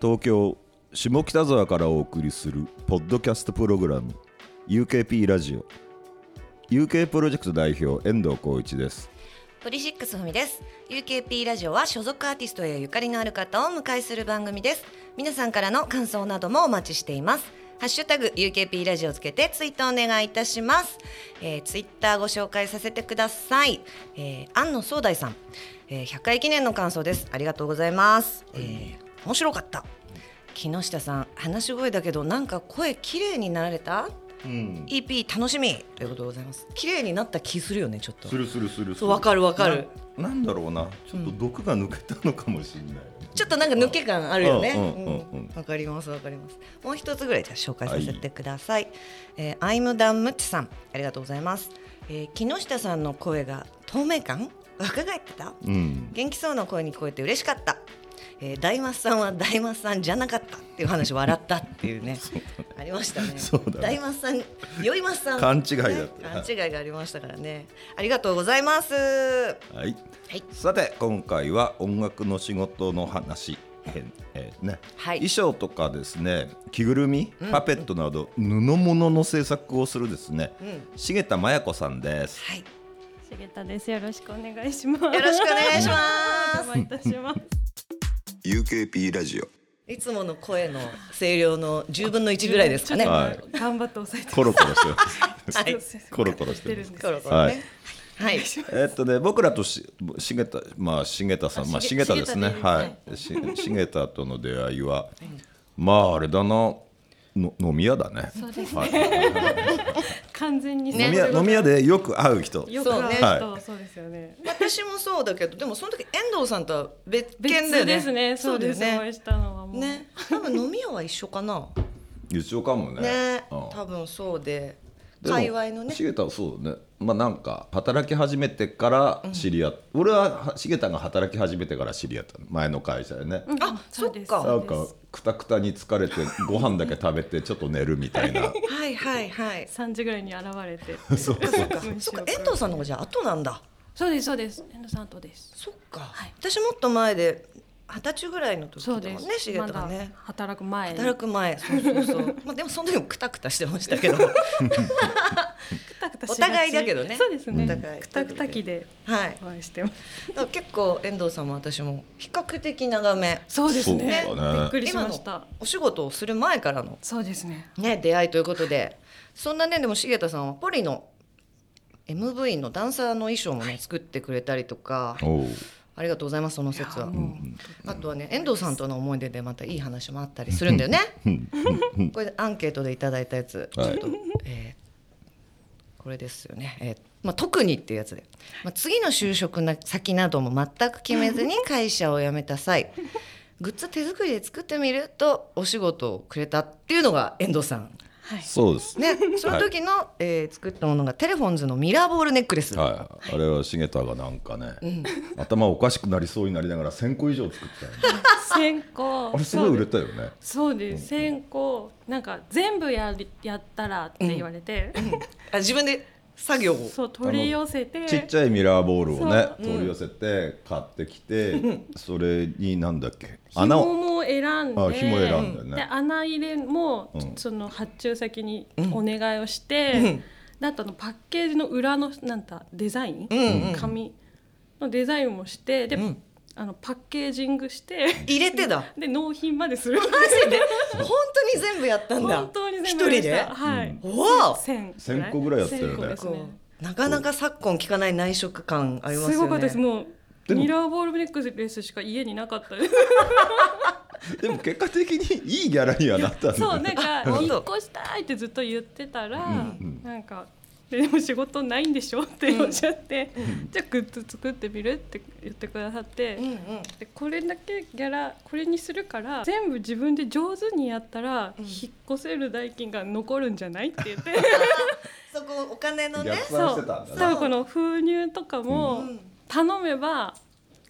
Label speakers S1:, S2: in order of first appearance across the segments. S1: 東京下北沢からお送りするポッドキャストプログラム UKP ラジオ UK プロジェクト代表遠藤浩一です
S2: ポリシックスふみです。UKP ラジオは所属アーティストやゆかりのある方をお迎えする番組です。皆さんからの感想などもお待ちしています。ハッシュタグ UKP ラジオつけてツイートお願いいたします。えー、ツイッターご紹介させてください。えー、安野壮大さん、えー、100回記念の感想です。ありがとうございます。えー、面白かった。木下さん、話し声だけどなんか声綺麗になられた
S1: うん
S2: ?EP 楽しみということでございます。綺麗になった気するよね、ちょっと。
S1: るするする
S2: そうわかるわかる
S1: ななんだろうなちょっと毒が抜けたのかもしれない、
S2: ちょっとなんか抜け感あるよね。
S1: う
S2: うんん
S1: うんうんうん
S2: わ、かりますわかります。もう一つぐらいじゃあ紹介させてください。えーアイムダンムッチさんありがとうございます、えー木下さんの声が透明感若返ってた。
S1: うん
S2: 元気そうな声に聞こえて嬉しかった。えー、大松さんは大松さんじゃなかったっていう話笑ったってい うねありましたね
S1: そうだね
S2: 大松さん酔い松さん
S1: 勘違いだった
S2: ね勘違いがありましたからねありがとうございますは
S1: はい
S2: い
S1: さて今回は音楽の仕事の話ええね
S2: はい
S1: 衣装とかですね着ぐるみパペットなど布物の制作をするですね、
S2: ん
S1: 重田麻也子さんです
S2: はい
S3: 重田です。よろしくお願いします。よ
S2: よろしくお願いします
S3: お願いいたします。
S4: UKP ラジオ
S2: いつもの声の声量の10分の1ぐらいですかね。
S3: ちょ
S2: は
S1: は
S3: っと頑張って抑えて
S1: コロコロしてます
S2: い。
S1: コロコロしてます
S3: るんです
S2: コ。ロコロね。はい。
S1: えっとね僕らとし重田まあ重田さんまあ
S3: し
S1: 重田ですね
S3: 重田でいい
S1: はいし重田との出会いはまああれだなの飲み屋だね
S3: そうです
S1: はい
S3: 完全に
S1: 飲み屋飲み屋でよく会う人
S3: よく
S2: そうね
S3: ある人そうですよね。
S2: 私もそうだけど、でもその時遠藤さんとは別件だよ
S3: 別
S2: ね。
S3: ですね。そうです。
S2: だ
S3: お
S2: よ
S3: 会
S2: ね
S3: い。したのはもう。
S2: ね。多分飲み屋は一緒かな。
S1: 一応か もね
S2: ね。
S1: うん
S2: 多分そうで。
S1: でも
S2: 界隈のね。
S1: 重田はそうだねまあなんか働き始めてから知り合っ、俺は重田が働き始めてから知り合ったの前の会社でね、
S3: うん
S2: あ
S3: そうです
S2: そっか
S1: な
S3: そ
S1: ん
S3: うで
S1: か
S3: す
S1: くたくたに疲れてご飯だけ食べてちょっと寝るみたいな
S2: はいはいはい。
S3: 三時ぐらいに現れて。
S1: そう
S2: そっか。そっか。遠藤さんの方がじゃあ後なんだ。
S3: そうですそうです。遠藤さんとです。
S2: そっか。
S3: はい
S2: 私もっと前で二十歳ぐらいの時だ
S3: そ
S2: も
S3: うん
S2: ね
S3: で、
S2: シ
S3: す。
S2: ゲ
S3: ま
S2: タが
S3: だ
S2: ね。
S3: 働く前。
S2: 働く前、そうそう そう。まあでもその時もクタクタしてましたけど。
S3: くたくたし
S2: お
S3: がち
S2: 互いだけどね
S3: そうですね。
S1: お
S2: 互い
S3: くたくたきで
S2: はい。
S3: お会いしてます。
S2: だから結構遠藤さんも私も比較的長め
S3: そうですね。
S1: そうだね
S3: びっくりし
S2: 今
S3: ま
S2: の
S3: した。
S2: お仕事をする前からの、
S3: そうですね。
S2: ね、出会いということでそんなねでも重田さんはポリの MV のダンサーの衣装もね、作ってくれたりとか
S1: おう
S2: ありがとうございますその説は
S3: もう。
S2: あとはね遠藤さんとの思い出でまたいい話もあったりするんだよね。これアンケートでいただいたやつ、
S1: はい
S2: ちょっと、えーこれですよね、えーまあ、特にっていうやつで、まあ、次の就職な先なども全く決めずに会社を辞めた際グッズ手作りで作ってみるとお仕事をくれたっていうのが遠藤さん。
S3: はい。
S1: そうです
S2: ね、その時の、えー作ったものがテレフォンズのミラーボールネックレス。
S1: はい、あれは重田がなんかね、頭おかしくなりそうになりながら1000個以上作ったよね
S3: 線香
S1: あれすごい売れたよね
S3: そうです線香なんか全部やりやったらって言われて、
S2: あ自分で作業を。
S3: そう取り寄せて
S1: ちっちゃいミラーボールをね
S3: そう
S1: 取り寄せて買ってきて、それになんだっけ穴
S3: 紐
S1: を
S3: も選んで
S1: あ紐選んだよね
S3: で穴入れも、
S1: うん
S3: その発注先にお願いをして、であとあのパッケージの裏のなんだデザイン、
S2: ん
S3: 紙のデザインもしてで、
S2: うん
S3: あのパッケージングして
S2: 入れてだ。
S3: で納品までする
S2: マジで 本当に全部やったんだ
S3: 本当に
S2: 一
S3: 全
S2: 人
S3: 部やりま
S2: で
S3: したはい、
S2: わあ
S3: 千
S1: 千個ぐらいやったよね
S3: 千個ですね
S2: なかなか昨今聞かない内職感ありますよね
S3: すごかったですもう
S1: でも
S3: ミラーボールネックレスしか家になかったです
S1: でも結果的にいいギャラにはなったんだ
S3: そ
S1: よ
S3: うな
S1: ね
S3: んか
S2: 本当
S3: 引っ越したいってずっと言ってたら、なんかででも仕事ないんでしょっておっしゃって、じゃあグッズ作ってみるって言ってくださって、
S2: うんうん
S3: でこれだけギャラこれにするから全部自分で上手にやったら、引っ越せる代金が残るんじゃないって言って
S2: そこお金のね
S1: 逆
S3: そ
S1: 算して
S3: う
S1: たんだ
S3: 多
S1: ね
S3: 分この封入とか
S2: う
S3: も
S2: ん
S3: 頼めば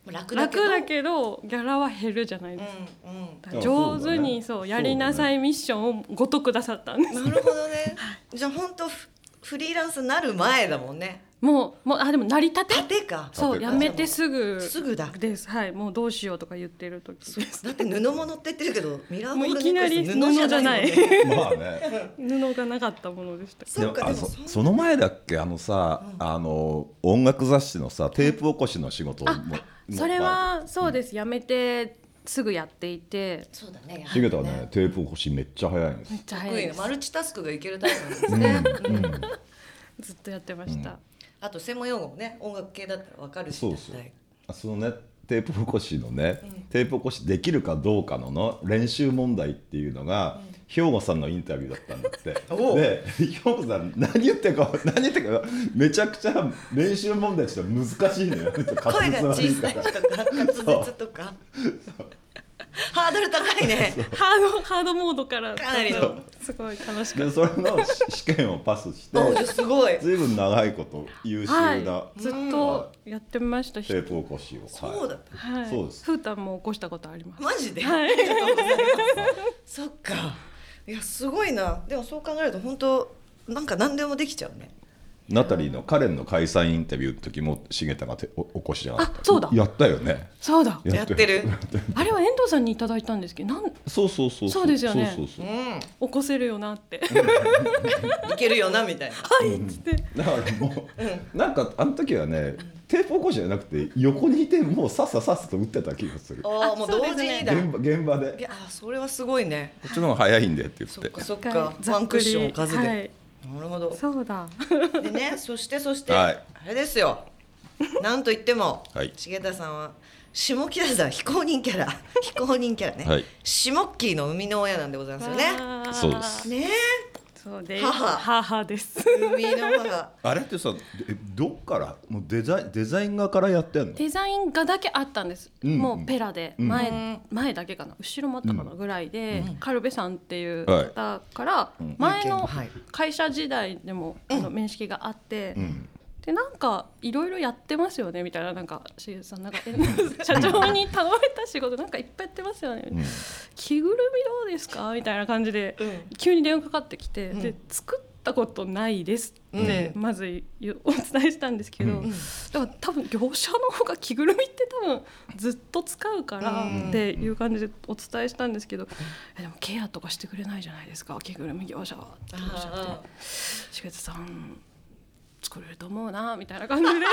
S2: 楽だけ
S3: 楽
S2: ど
S3: だけどギャラは減るじゃないですか。
S2: うん
S1: あ
S2: う
S3: 上手
S1: そうだね
S3: にそうやりなさいミッションをごとくださったんです。
S2: んなるほどねじゃあ本当ふフリーランスになる前だもんね
S3: もうもうあでも成り立て
S2: 縦か
S3: そう
S1: 縦
S3: や
S1: か
S3: めてすぐ
S2: すぐだ
S3: ですはいもうどうしようとか言ってる時です
S2: だって布物って言ってるけどミラーボ
S3: もう
S2: ー
S3: い
S2: ル
S3: きなり
S2: ネックレ
S3: 布
S2: ス
S3: じゃない
S2: もんね
S1: まあね
S3: 布がなかったものでした
S2: そうか
S1: あ
S2: でも
S1: そ
S2: そん
S1: その前だっけあのさ、あの音楽雑誌のさテープ起こしの仕事も
S3: あそれはそうですやめてすぐやっていて
S2: そうだね
S1: 茂田はねテープ起こしめっちゃ早いんです
S3: めっちゃ早
S2: 得
S3: い
S2: 意
S3: で
S2: な
S3: す
S2: マルチタスクがいけるタイプなんですね、うん
S3: ずっとやってました、
S2: あと専門用語もね音楽系だったらわかるし
S1: そうそう
S2: 絶対
S1: あそのねテープ起こしのね、テープ起こしできるかどうかのの練習問題っていうのが、兵庫さんのインタビューだったんだって
S2: おう
S1: で兵庫さん何言ってるか何言ってるかめちゃくちゃ練習問題としては難しいの よね
S2: 声が小さい
S1: ら
S2: とか滑舌とかハードル高いね
S3: ハードハードモードから
S2: かなりの
S3: そうすごい楽しかっ
S1: でそれの試験をパスして
S2: おーすごい
S1: 随分長いこと優秀
S3: た
S1: な、
S3: はいずっとやってました
S1: テープ起こしを
S2: そうだった
S3: はい
S1: そうです
S3: ふーたんも起こしたことあります
S2: マジで、
S3: はい
S2: ありがとうございますそっかいやすごいなでもそう考えると本当なんか何でもできちゃうね
S1: ナタリーのカレンの開催インタビューの時も重田がてお起こしじゃなかった
S3: あそうだ
S1: やったよね
S3: そうだ
S2: やってる
S3: あれは遠藤さんにいただいたんですけどなん
S1: そうそうそう
S3: そうですよね
S1: そうそうそう
S2: う
S3: 起こせるよなって
S2: んいけるよなみたいな
S3: はいっつって
S1: だからもうなんかあの時はねテープ起こしじゃなくて横にいてもうさっささっさと打ってた気がする
S2: ああもう
S3: そ
S2: 同
S3: うです
S2: 時
S3: ね
S2: にだ、
S1: 現場現場
S2: い
S1: で
S2: やあそれはすごいね
S1: こっちの方が早いんでって言っ
S2: そってかそっ
S3: 一回
S2: か
S3: ざ
S2: ワン
S3: っ
S2: ク
S3: く
S2: ッシ
S3: り
S2: ョンおかずで、
S3: はい
S2: なるほど
S3: そうだ
S2: でね、そしてそして、
S1: はい
S2: あれですよ。なんといっても、
S1: はい
S2: 重田さんは下北沢非公認キャラ、非公認キャラね。
S1: はい
S2: シモッキーの生みの親なんでございますよね。
S3: あー
S1: そうです
S2: ね
S3: そうです
S2: 母
S3: 母です
S2: え、生みの 母。
S1: あれってさえどっからもうデザインデザイン側からやってんの
S3: デザイン画だけあったんです、
S1: うん
S3: もうペラで
S1: うん
S3: 前,、
S2: うん
S3: 前だけかな後ろもあったかなぐらいで、カルベさんっていう
S1: はい
S3: 方から
S1: ん
S3: 前の
S2: はい
S3: 会社時代でもあの面識があって、
S1: うん
S3: でなんかいろいろやってますよねみたいななんかしげさんなんかえ社長に頼まれた仕事なんかいっぱいやってますよね、
S1: うん
S3: 着ぐるみどうですかみたいな感じで、
S2: うん
S3: 急に電話かかってきて、
S2: ん
S3: で作ったことないですって、
S2: う
S3: まず言う お伝えしたんですけど、
S1: う
S3: でも多分業者の方が着ぐるみって多分ずっと使うから
S2: うん
S3: っていう感じでお伝えしたんですけど、えでもケアとかしてくれないじゃないですか着ぐるみ業者はっておっしゃ
S2: あ
S3: って「しげつさん作れると思うな」みたいな感じで。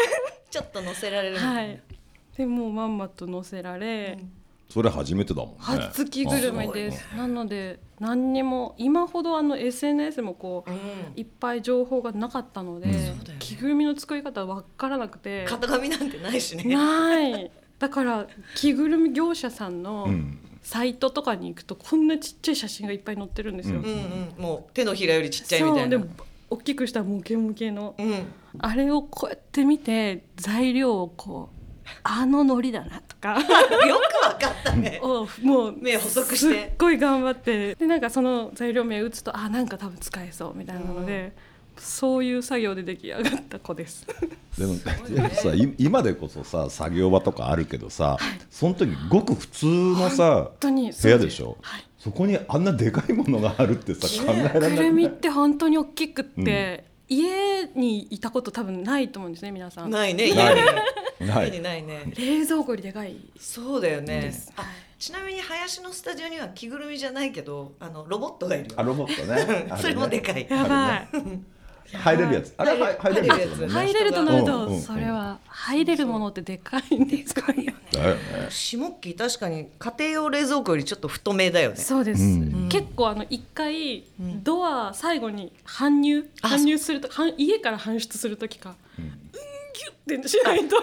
S2: ちょっと乗せられる。
S3: はい。でもうまんまと乗せられ、
S1: それ初めてだもんね
S3: 初着ぐるみです
S1: あ。
S3: なので何にも今ほどあの SNS もこう、
S2: うん。
S3: いっぱい情報がなかったので、
S2: うだよね
S3: 着ぐるみの作り方わからなくて、
S2: 型紙なんてないしね。
S3: ない。だから着ぐるみ業者さんの
S1: うん
S3: サイトとかに行くとこんなちっちゃい写真がいっぱい載ってるんですよ。
S1: う
S2: うんうん。もう手のひらよりちっちゃいみ
S3: そ
S2: た
S3: う
S2: い
S3: で
S2: な。
S3: も大きくしたモケモケの
S2: うん。
S3: あれをこうやって見て材料をこうあのノリだなと
S2: よ
S3: か。
S2: くわかったね。
S3: をもう
S2: 目を細くして
S3: すっごい頑張ってでなんかその材料名打つとあなんか多分使えそうみたいなので、そういう作業で出来上がった子です。
S1: でもでもさい今でこそさ作業場とかあるけどさその時ごく普通のさ
S3: 本当に
S1: 部屋でしょ
S3: はい
S1: そこにあんなでかいものがあるってさ考えられな
S3: く
S1: い
S3: るみって本当に大きくって、家にいたこと多分ないと思うんですね皆さん。
S2: ないね。
S1: ないな
S2: 家に
S1: い
S2: ないね。
S3: 冷蔵庫よりでかい
S2: そうだよね。あ
S3: はい
S2: ちなみに林のスタジオには着ぐるみじゃないけど、あのロボットがいるよ。
S1: あロボットねあね
S2: それもでかい
S3: やばい、
S1: 入れるやつあれは入れるやつだもんね
S2: 入
S3: 入れるとなる
S1: うんうんう
S3: と
S1: ん
S3: それは入れるものってでかいんですかね
S1: だよね
S2: シモッキー確かに家庭用冷蔵庫よりちょっと太めだよね。
S3: そうです、
S1: うん
S3: 結構あの一回ドア最後に搬入
S2: あ
S3: 搬入するとはん家から搬出する時か、うん、ギュッてしないと
S2: っ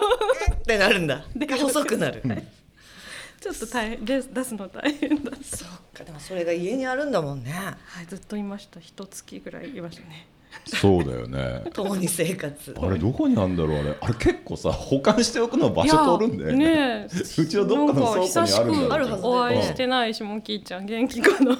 S2: てなるんだ。
S3: で
S2: 細くなる。
S3: ちょっと大変です出すの大変だ
S2: そっかでもそれが家にあるんだもんね。
S3: はいずっといました一月ぐらいいましたね
S1: そうだよね
S2: 共に生 活。
S1: あれどこにあるんだろうあれあれ結構さ保管しておくの場所取るんだよ
S3: い
S1: ね
S3: やねえ
S1: うちのどっかの倉庫にあるんだ
S3: なんか久しく
S2: あるはずだよ
S3: お会いしてないしもんきーちゃん元気かな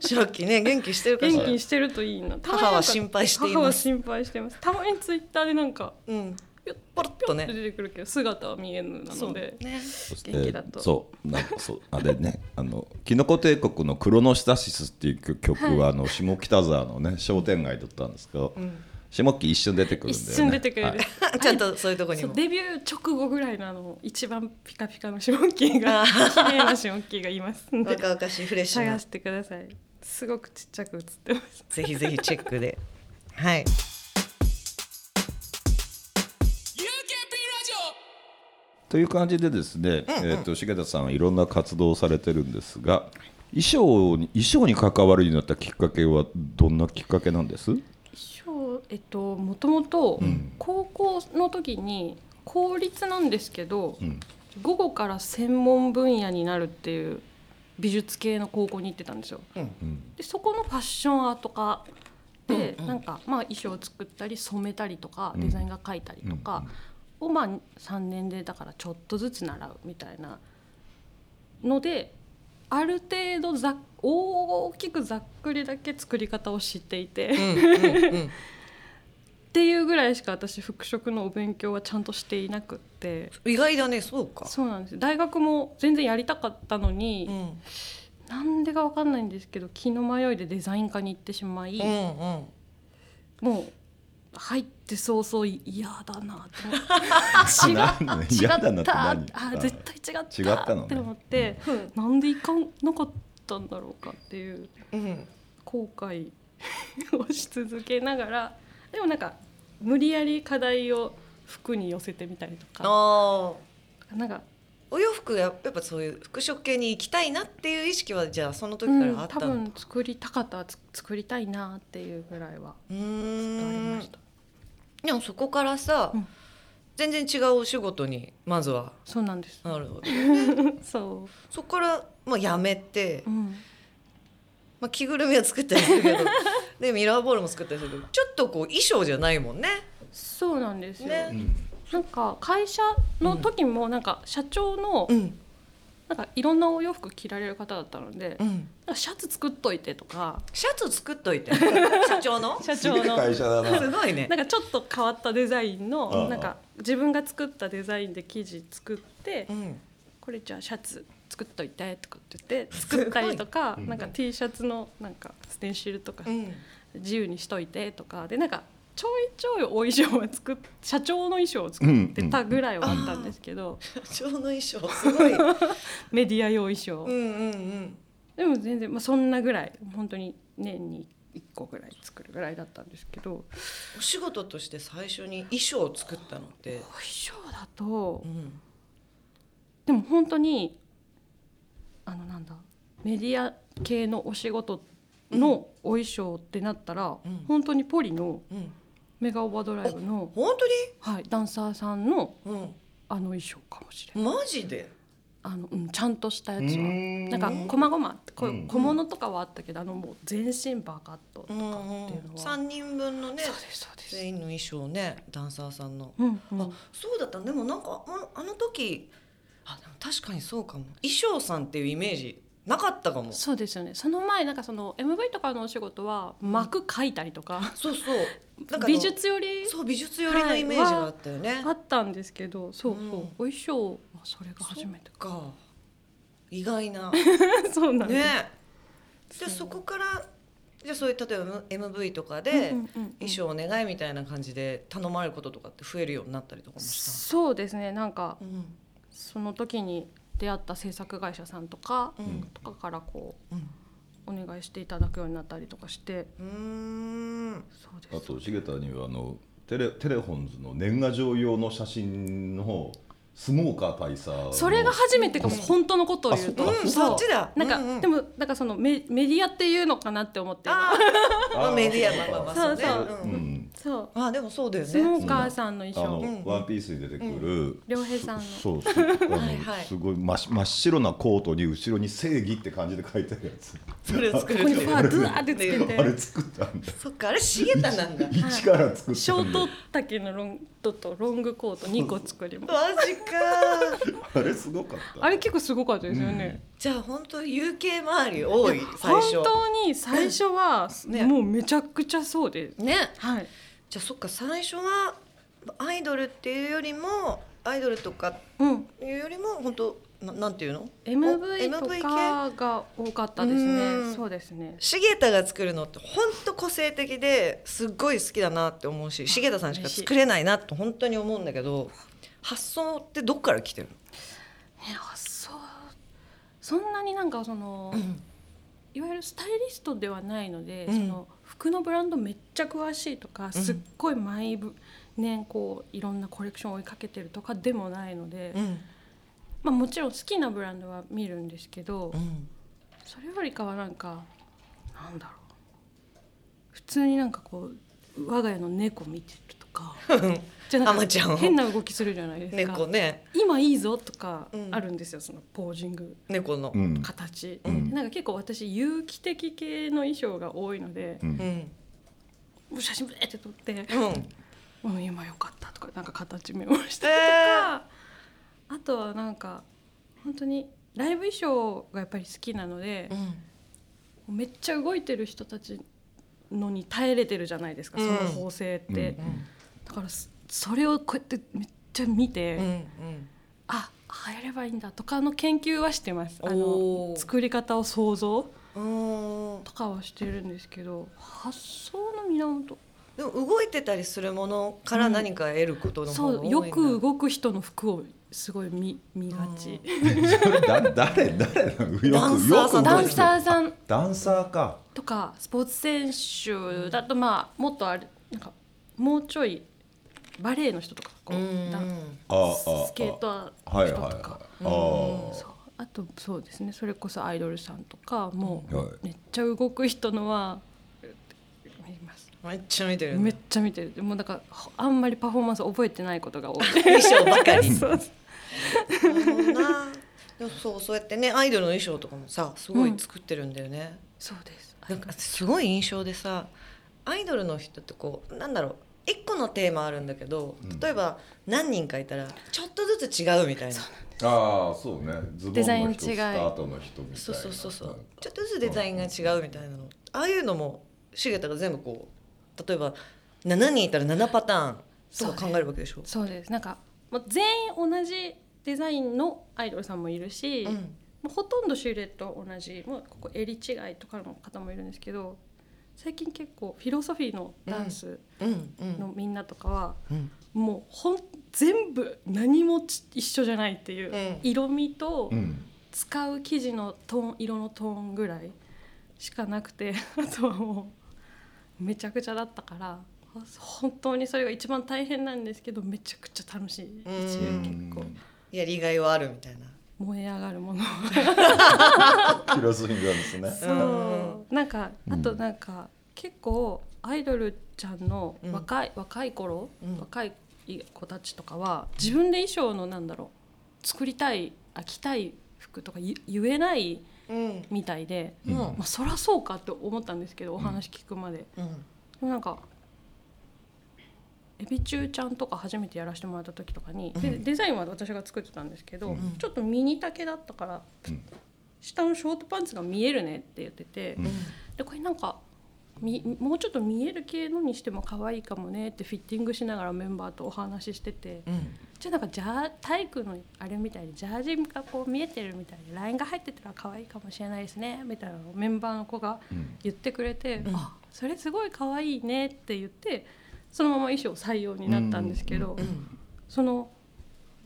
S2: シャッキーね元気してるかし
S3: 元
S2: ら
S3: 気。にしてるといいなたまになんか
S2: 母は心配してい
S3: 母は
S2: ます。
S3: 心配してますたまにツイッターでなんか
S2: うん。
S3: ぴょっ
S2: ポロッとね
S3: 出てくるけど姿は見えぬな
S2: そ
S3: の
S2: う
S3: で
S2: ね。
S1: そして
S3: 元気だと
S1: そうなんかそうあれねあのキノコ帝国のクロノシタシスっていう曲は、あの下北沢のね商店街だったんですけど、下っき一瞬出てくるんだよね
S3: 一瞬出てくれる、
S1: はい
S2: ちょっとそういうとこに
S3: そう
S2: も。
S3: デビュー直後ぐらいのあの一番ピカピカのシモンキー
S2: あ
S3: が
S2: ー
S3: 綺麗なシモンキーがいますんで
S2: 若々しいフレッシュ
S3: 探
S2: な。
S3: してくださいすごくちっちゃく映ってます
S2: ぜひぜひチェックで。はい。
S1: という感じでですね、えー、と重田さんはいろんな活動をされてるんですが衣装に衣装に関わるようになったきっかけはどんなきっかけなんです
S3: 衣装えっともともと高校の時に公立なんですけど、
S1: ん
S3: 午後から専門分野になるっていう美術系の高校に行ってたんですよ。でそこのファッションアート科で、なんかまあ衣装を作ったり染めたりとか、デザインが描いたりとかをまあ3年でだからちょっとずつ習うみたいなのである程度ざっ大きくざっくりだけ作り方を知っていて。っていうぐらいしか私服飾のお勉強はちゃんとしていなくって
S2: 意外だね、そうか。
S3: そうなんです大学も全然やりたかったのに、
S2: うん。
S3: なんでかわかんないんですけど気の迷いでデザイン科に行ってしまい、
S2: うんうん。
S3: もう入って早々い嫌だなと 思って
S1: なんで
S3: 違
S1: 嫌
S3: っ
S1: だなって
S3: た
S1: 何
S3: あ絶対違った
S1: 違ったのね
S3: って思って、なんで行かなかったんだろうかっていう
S2: うん。
S3: 後悔をし続けながらでもなんか無理やり課題を服に寄せてみたりと
S2: あ
S3: か
S2: あ。
S3: なんか
S2: お洋服ややっぱそういう服飾系に行きたいなっていう意識はじゃあその時
S3: う
S2: からあ
S3: ん
S2: っ、
S3: 多
S2: たの。うん。
S3: 分作りたかったらつ作りたいなっていうぐらいはあり
S2: ん
S3: ました
S2: でもそこからさ、
S3: うん
S2: 全然違うお仕事にまずは。
S3: そうな んです
S2: なるほど。
S3: そ
S2: そこからまあ辞めて
S3: う、う、ん、
S2: まあ着ぐるみは作ったりする けど、でミラーボールも作ったりするけど、ちょっとこう衣装じゃないもんね。
S3: そうなんですよ、
S2: ね。
S3: なんか会社の時もなんか社長の
S2: うん
S3: なんかいろんなお洋服着られる方だったので、
S2: う
S3: なん
S2: ん。
S3: かシャツ作っといてとか
S2: シャツ作っとい て。社長の。
S3: 社
S1: す
S3: 長
S1: げえ
S3: の
S1: 会社だな
S2: すごいね
S3: な。んかちょっと変わったデザイン
S1: ああ
S3: のなんか自分が作ったデザインで生地作って
S2: うん。
S3: これじゃあシャツ作っといてとかって言って作ったりとか
S1: すごい
S3: なんか T シャツのなんかステンシルとか
S2: うん。
S3: 自由にしといてとかでなんかちょいちょいお衣装を作っ社長の衣装を作ってたぐらいはあったんですけど
S2: 社長の衣装すごい。う
S3: メディア用衣
S2: ん
S3: 装
S2: うんうん。
S3: でも全然まあそんなぐらい本当に年に1個ぐらい作るぐらいだったんですけど
S2: お仕事として最初に衣装を作ったのって
S3: お、衣装だと
S2: うん、
S3: でも本当にあのなんだメディア系のお仕事のお衣装ってなったら、
S2: うん
S3: 本当にポリの
S2: うん、
S3: メガオーバードライブの、
S2: 本
S3: はい、ダンサーさんの
S2: 当に、
S3: あの衣装かもしれない
S2: うん、マジで、
S3: あの、うん、ちゃんとしたやつ
S1: うーん
S3: は。なんか細々ってこう
S1: うん
S3: 小物とかはあったけどあのもう全身バカッととかって
S2: うん
S3: いう
S2: う
S3: の
S2: ん
S3: は、、そう
S2: 三人分のね
S3: ですそうです
S2: 全員の衣装ねダンサーさんの、
S3: うんうん
S2: あそうだったでもなんかああの時あでも確かにそうかも衣装さんっていうイメージなかったかも
S3: そうですよねその前なんかその MV とかのお仕事は幕描いたりとか
S2: そうそうなんかあの
S3: 美術より
S2: そう美術寄りのイメージがあったよね、
S3: あったんですけどそうそう、
S2: うん
S3: お衣装はそれが初めて
S2: そっか意外 な
S3: かそうなんです、
S2: ねじゃあそこからじゃあそういう例えば M- MV とかで
S3: うんうんうんうん
S2: 衣装お願いみたいな感じで頼まれることとかって増えるようになったりとかもした
S3: そうですねなんか
S2: うん
S3: その時に出会った制作会社さんとか、
S2: うん
S3: とかからこ
S2: うん
S3: うお願いしていただくようになったりとかして
S2: うーん
S3: そうです
S1: あと重田にはあのテレテレホンズの年賀状用の写真のスモーカー大佐の
S3: それが初めてかも
S1: うん
S3: 本当のことを言うと、
S1: あそっ
S2: かうんそっちだ
S3: なんか、
S2: うんうん
S3: でもなんかそのメメディアっていうのかなって思って
S2: あ
S1: あ
S2: まあ
S1: ー
S2: メディア
S1: そうか
S2: まあまあまあ
S3: そうそう
S2: そう
S1: う
S2: ね
S1: ん
S3: そう
S2: あでもそうだよ
S3: スモ
S2: ね
S3: ーカーさんの
S1: あ
S3: 衣
S1: の、
S3: 装
S2: うん
S1: ワンピースに出てくる
S3: 良平さんの
S1: そうそうあの
S2: はいはい
S1: すごい真っ真っ白なコートに後ろに「正義」って感じで書いてあるやつ
S2: それ作
S3: こ
S2: る
S3: こに
S2: って
S3: ファードゥワーってつけ
S1: あれ
S3: て
S1: 作ったんだ
S2: そっかあれ茂田なん だマジ
S1: 一から作っ
S3: シ
S1: た
S3: ョ
S1: ん
S3: ー
S1: だ
S3: ト丈のロンドとロングコート2個作りました
S2: か
S1: あれすごかった
S3: あれ結構すごかったですよね、
S2: じゃあ本当 UK 周り多い最初
S3: 本当に最初は、
S2: ね
S3: もうめちゃくちゃそうです、
S2: ね
S3: はい、
S2: じゃあそっか最初はアイドルっていうよりもアイドルとか
S3: うん、
S2: いうよりも本当ななんていうの
S3: MV と
S2: MV 系
S3: かが多かったです
S2: うん
S3: ねそうですね
S2: シゲタが作るのって本当個性的ですっごい好きだなって思うしシゲタさんしか作れないなって本当に思うんだけど発想ってどっから来てる
S3: ねあそうそんなになんかその、いわゆるスタイリストではないので、
S2: うん
S3: その服のブランドめっちゃ詳しいとか、すっごい毎ぶ年こういろんなコレクションを追いかけてるとかでもないので、
S2: の、うん
S3: まあ、もちろん好きなブランドは見るんですけど、
S2: うん、
S3: それよりかはなんかなんだろう普通になんかこう我が家の猫見てるとかじゃあなん
S2: あまちゃん
S3: か変な動きするじゃないですか
S2: 猫ね
S3: 今いいぞとか
S2: うん
S3: あるんですよ、そのポージング
S2: 猫の、
S1: うんうん
S3: 形、
S1: うん
S3: なんか結構私有機的系の衣装が多いので
S1: う、ん
S2: うん
S3: もう写真ブレって撮って
S2: うん、
S3: 「うん今良かった」とかなんか形メモしたりとか、あとはなんか本当にライブ衣装がやっぱり好きなので
S2: う、ん
S3: めっちゃ動いてる人たちのに耐えれてるじゃないですか、
S2: うん
S3: その構成って、だからそそれをこうやってめっちゃ見て、
S2: うん
S3: あ入ればいいんだとかの研究はしてますあ
S2: お
S3: の
S2: ー
S3: 作り方を想像
S2: うんうん
S3: とかはしてるんですけど発想の源
S2: でも動いてたりするものから何か得ることの方が
S3: そ
S2: 多
S3: う
S2: いんだ、
S3: よく動く人の服をすごい見見がち、
S1: それだ誰誰なのよく
S2: ダンサー
S1: よ
S2: さ
S1: く
S2: ん
S3: ダ
S1: 動
S3: ン
S1: いて
S3: サーさん
S1: ダンサーか
S3: とかスポーツ選手だとまあもっとあれなんかもうちょいバレエの人とかこ
S2: う
S3: う、
S2: ん
S3: ダン
S1: あああ
S3: スケータ
S1: あは
S3: ー
S1: い
S3: 人
S1: はい
S3: と
S1: はい
S3: か、
S1: あ
S3: そうあとそうですねそれこそアイドルさんとかも
S1: は
S3: うめっちゃ動く人のは見ます
S2: めっちゃ見てるよね
S3: めっちゃ見てるでもうだからほあんまりパフォーマンス覚えてないことが多 い
S2: 衣装ばかり
S3: そう
S2: なるほどなでもそうそうやってねアイドルの衣装とかもさすごい作ってるんだよね、
S3: そうです
S2: なんかすごい印象でさアイドルの人ってこうなんだろう一個のテーマあるんだけど例えば何人かいたらちょっとずつ違うみたいな
S1: いああそうねズボ
S3: デザ
S1: ン
S3: イン
S1: の
S3: 違い
S1: 人スカートの人みたいな
S2: そうそうそうそう
S1: なんか
S2: ちょっとずつデザインが違うみたいなのああいうのも重田が全部こう例えば7人いたら7パターンとか考えるわけでしょ
S3: そうですなんかもう全員同じデザインのアイドルさんもいるし、
S2: うん
S3: もうほとんどシルエット同じもうここ襟違いとかの方もいるんですけど最近結構フィロソフィーのダンス
S2: うんう
S3: の
S2: ん
S3: みんなとかは、
S2: うん
S3: もうほん全部何もち一緒じゃないっていう、
S2: うん
S3: 色味と
S1: うん
S3: 使う生地のトーン色のトーンぐらいしかなくて あとはもうめちゃくちゃだったから本当にそれが一番大変なんですけどめちゃくちゃ楽しい一
S1: う
S3: 応結
S1: ん
S3: 構
S2: やりがいはあるみたいな
S3: 燃え上がるもの
S1: キロスイングなんですね
S3: そうなんか
S1: うん
S3: あとなんか結構アイドルちゃんの若い、若い頃、
S2: うん
S3: 若い子たちとかは自分で衣装のなんだろう作りたいあ着たい服とか言言えない
S2: うん
S3: みたいで、
S2: うん
S1: うん
S3: まあ、そらそうかって思ったんですけどお話聞くまで。
S2: うん
S3: でもなんかエビチューちゃんとか初めてやらせてもらった時とかに、でデザインは私が作ってたんですけど、
S1: うん
S3: ちょっとミニ丈だったから、
S1: うん
S3: 下のショートパンツが見えるねって言ってて、
S1: うん
S3: でこれなんかみもうちょっと見える系のにしても可愛いかもねってフィッティングしながらメンバーとお話ししてて、
S2: うん
S3: じゃあなんかジャー体育のあれみたいにジャージがこう見えてるみたいにラインが入ってたら可愛いかもしれないですねみたいなのをメンバーの子が
S1: うん
S3: 言ってくれて、
S2: ん
S3: あそれすごい可愛いねって言ってそのまま衣装採用になったんですけど、
S2: うん
S3: その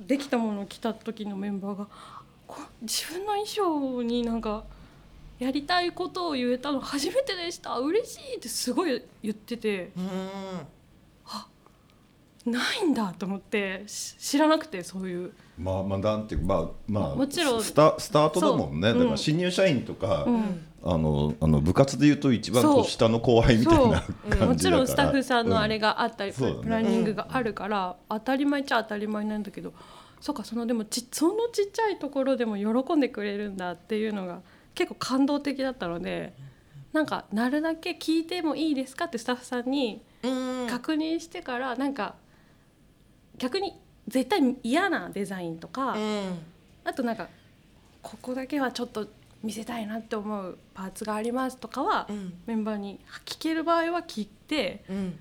S3: できたものを着た時のメンバーがこ自分の衣装になんかやりたいことを言えたの初めてでした嬉しいってすごい言ってて
S2: うん
S3: ないんだと思ってし知らなくてそういう
S1: まあまあなんていうかまあまあ
S3: もちろん
S1: スタスタートだもんねだ
S3: そう
S1: か
S3: う
S1: ら
S3: ん
S1: 新入社員とか
S3: ん
S1: あのあの部活でいうと一番
S3: そう
S1: こう下の後輩みたいな
S3: そ
S1: 感じ
S3: う
S1: だから
S3: もちろんスタッフさんのあれ
S1: が
S3: があったり、
S1: うん
S3: プラ
S1: そうだね
S3: プランニングがあるから、当たり前っちゃ当たり前なんだけどそうかそのでもちそのちっちゃいところでも喜んでくれるんだっていうのが結構感動的だったのでなんかなるだけ聞いてもいいですかってスタッフさんに
S2: うん
S3: 確認してからなんか逆に絶対嫌なデザインとか、
S2: うん
S3: あとなんかここだけはちょっと見せたいなって思うパーツがありますとかは、
S2: うん
S3: メンバーに聞ける場合は聞いて。
S2: うん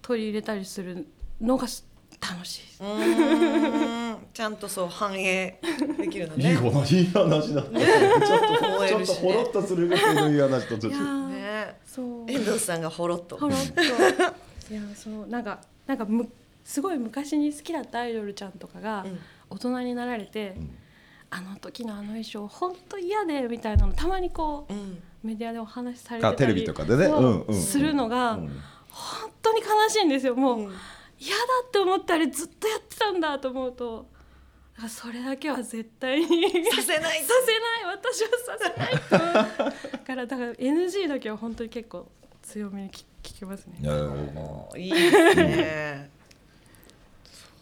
S3: 取り入れたりするのがす楽しいです
S2: うーんんちゃんとそう反映できるの
S1: いい
S2: ね。
S1: 話いい話だった。ちょっと
S2: 燃
S1: ち
S2: え
S1: ょっ
S2: る
S1: と
S2: し
S1: ほろっとするぐらいのいい話とちょっ
S3: いや
S1: と。
S3: ー
S2: ね
S3: そう
S2: 遠藤さんがほろっと。
S3: ほろっと いやそうなんかなんかむすごい昔に好きだったアイドルちゃんとかが
S2: うん
S3: 大人になられて、
S1: ん
S3: あの時のあの衣装本当嫌でみたいなのたまにこう、
S2: うん
S3: メディアでお話しされてた
S1: か
S3: り
S1: テレビとかでね。
S3: そう
S1: うんうん。
S3: するのが、
S1: うん
S3: 本当に悲しいんですよもう、
S2: うん
S3: 嫌だって思ってあれずっとやってたんだと思うとだからそれだけは絶対に さ
S2: させない
S3: させない私はさせないと思うだからだから NG だけは本当に結構強めに聞聞きますね
S1: いや
S2: いいですね。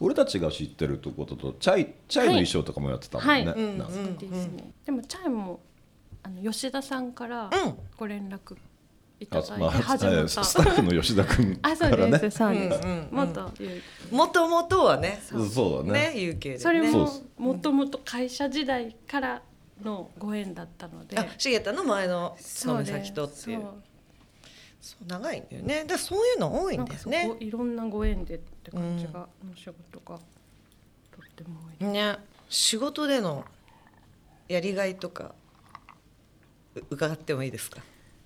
S1: 俺たちが知ってるとこととチャイチャイの衣装とかもやってたもんね。
S3: はい
S1: な
S3: は
S2: うんうん
S1: か
S2: うん
S3: ですね、でもチャイもあの吉田さんから
S2: うん
S3: ご連絡いた
S1: あ
S3: だい
S1: まあ
S3: て始まった、
S1: スタッフの吉田君か
S3: あそう
S1: ら
S3: で
S1: ね
S3: す、。そうです、
S2: うんうんうん
S3: 元ゆう
S2: もともとはね。
S1: そうそうだ
S2: ね
S1: ね。
S2: 有形でね。
S3: それ
S1: そう
S3: も
S1: です
S3: もともと会社時代からのご縁だったので
S2: あ、茂田の前の
S3: そ
S2: 勤
S3: うで
S2: め
S3: す
S2: 先とっていう
S3: そ。
S2: そう長いんだよね。だからそういうの多い
S3: なんんか
S2: です
S3: そ
S2: ね
S3: こ。いろんなご縁でって感じが、の仕事がとっても多い
S2: ね、仕事でのやりがいとかう伺ってもいいですか。